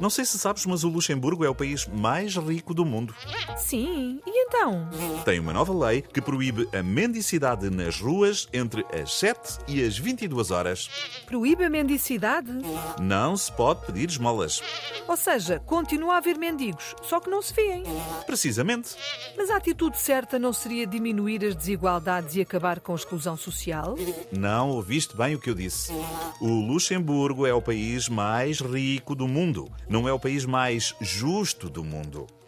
Não sei se sabes, mas o Luxemburgo é o país mais rico do mundo. Sim, e então? Tem uma nova lei que proíbe a mendicidade nas ruas entre as 7 e as 22 horas. Proíbe a mendicidade? Não se pode pedir esmolas. Ou seja, continua a haver mendigos, só que não se vêem. Precisamente. Mas a atitude certa não seria diminuir as desigualdades e acabar com a exclusão social? Não ouviste bem o que eu disse. O Luxemburgo é o país mais rico do mundo. Não é o país mais justo do mundo.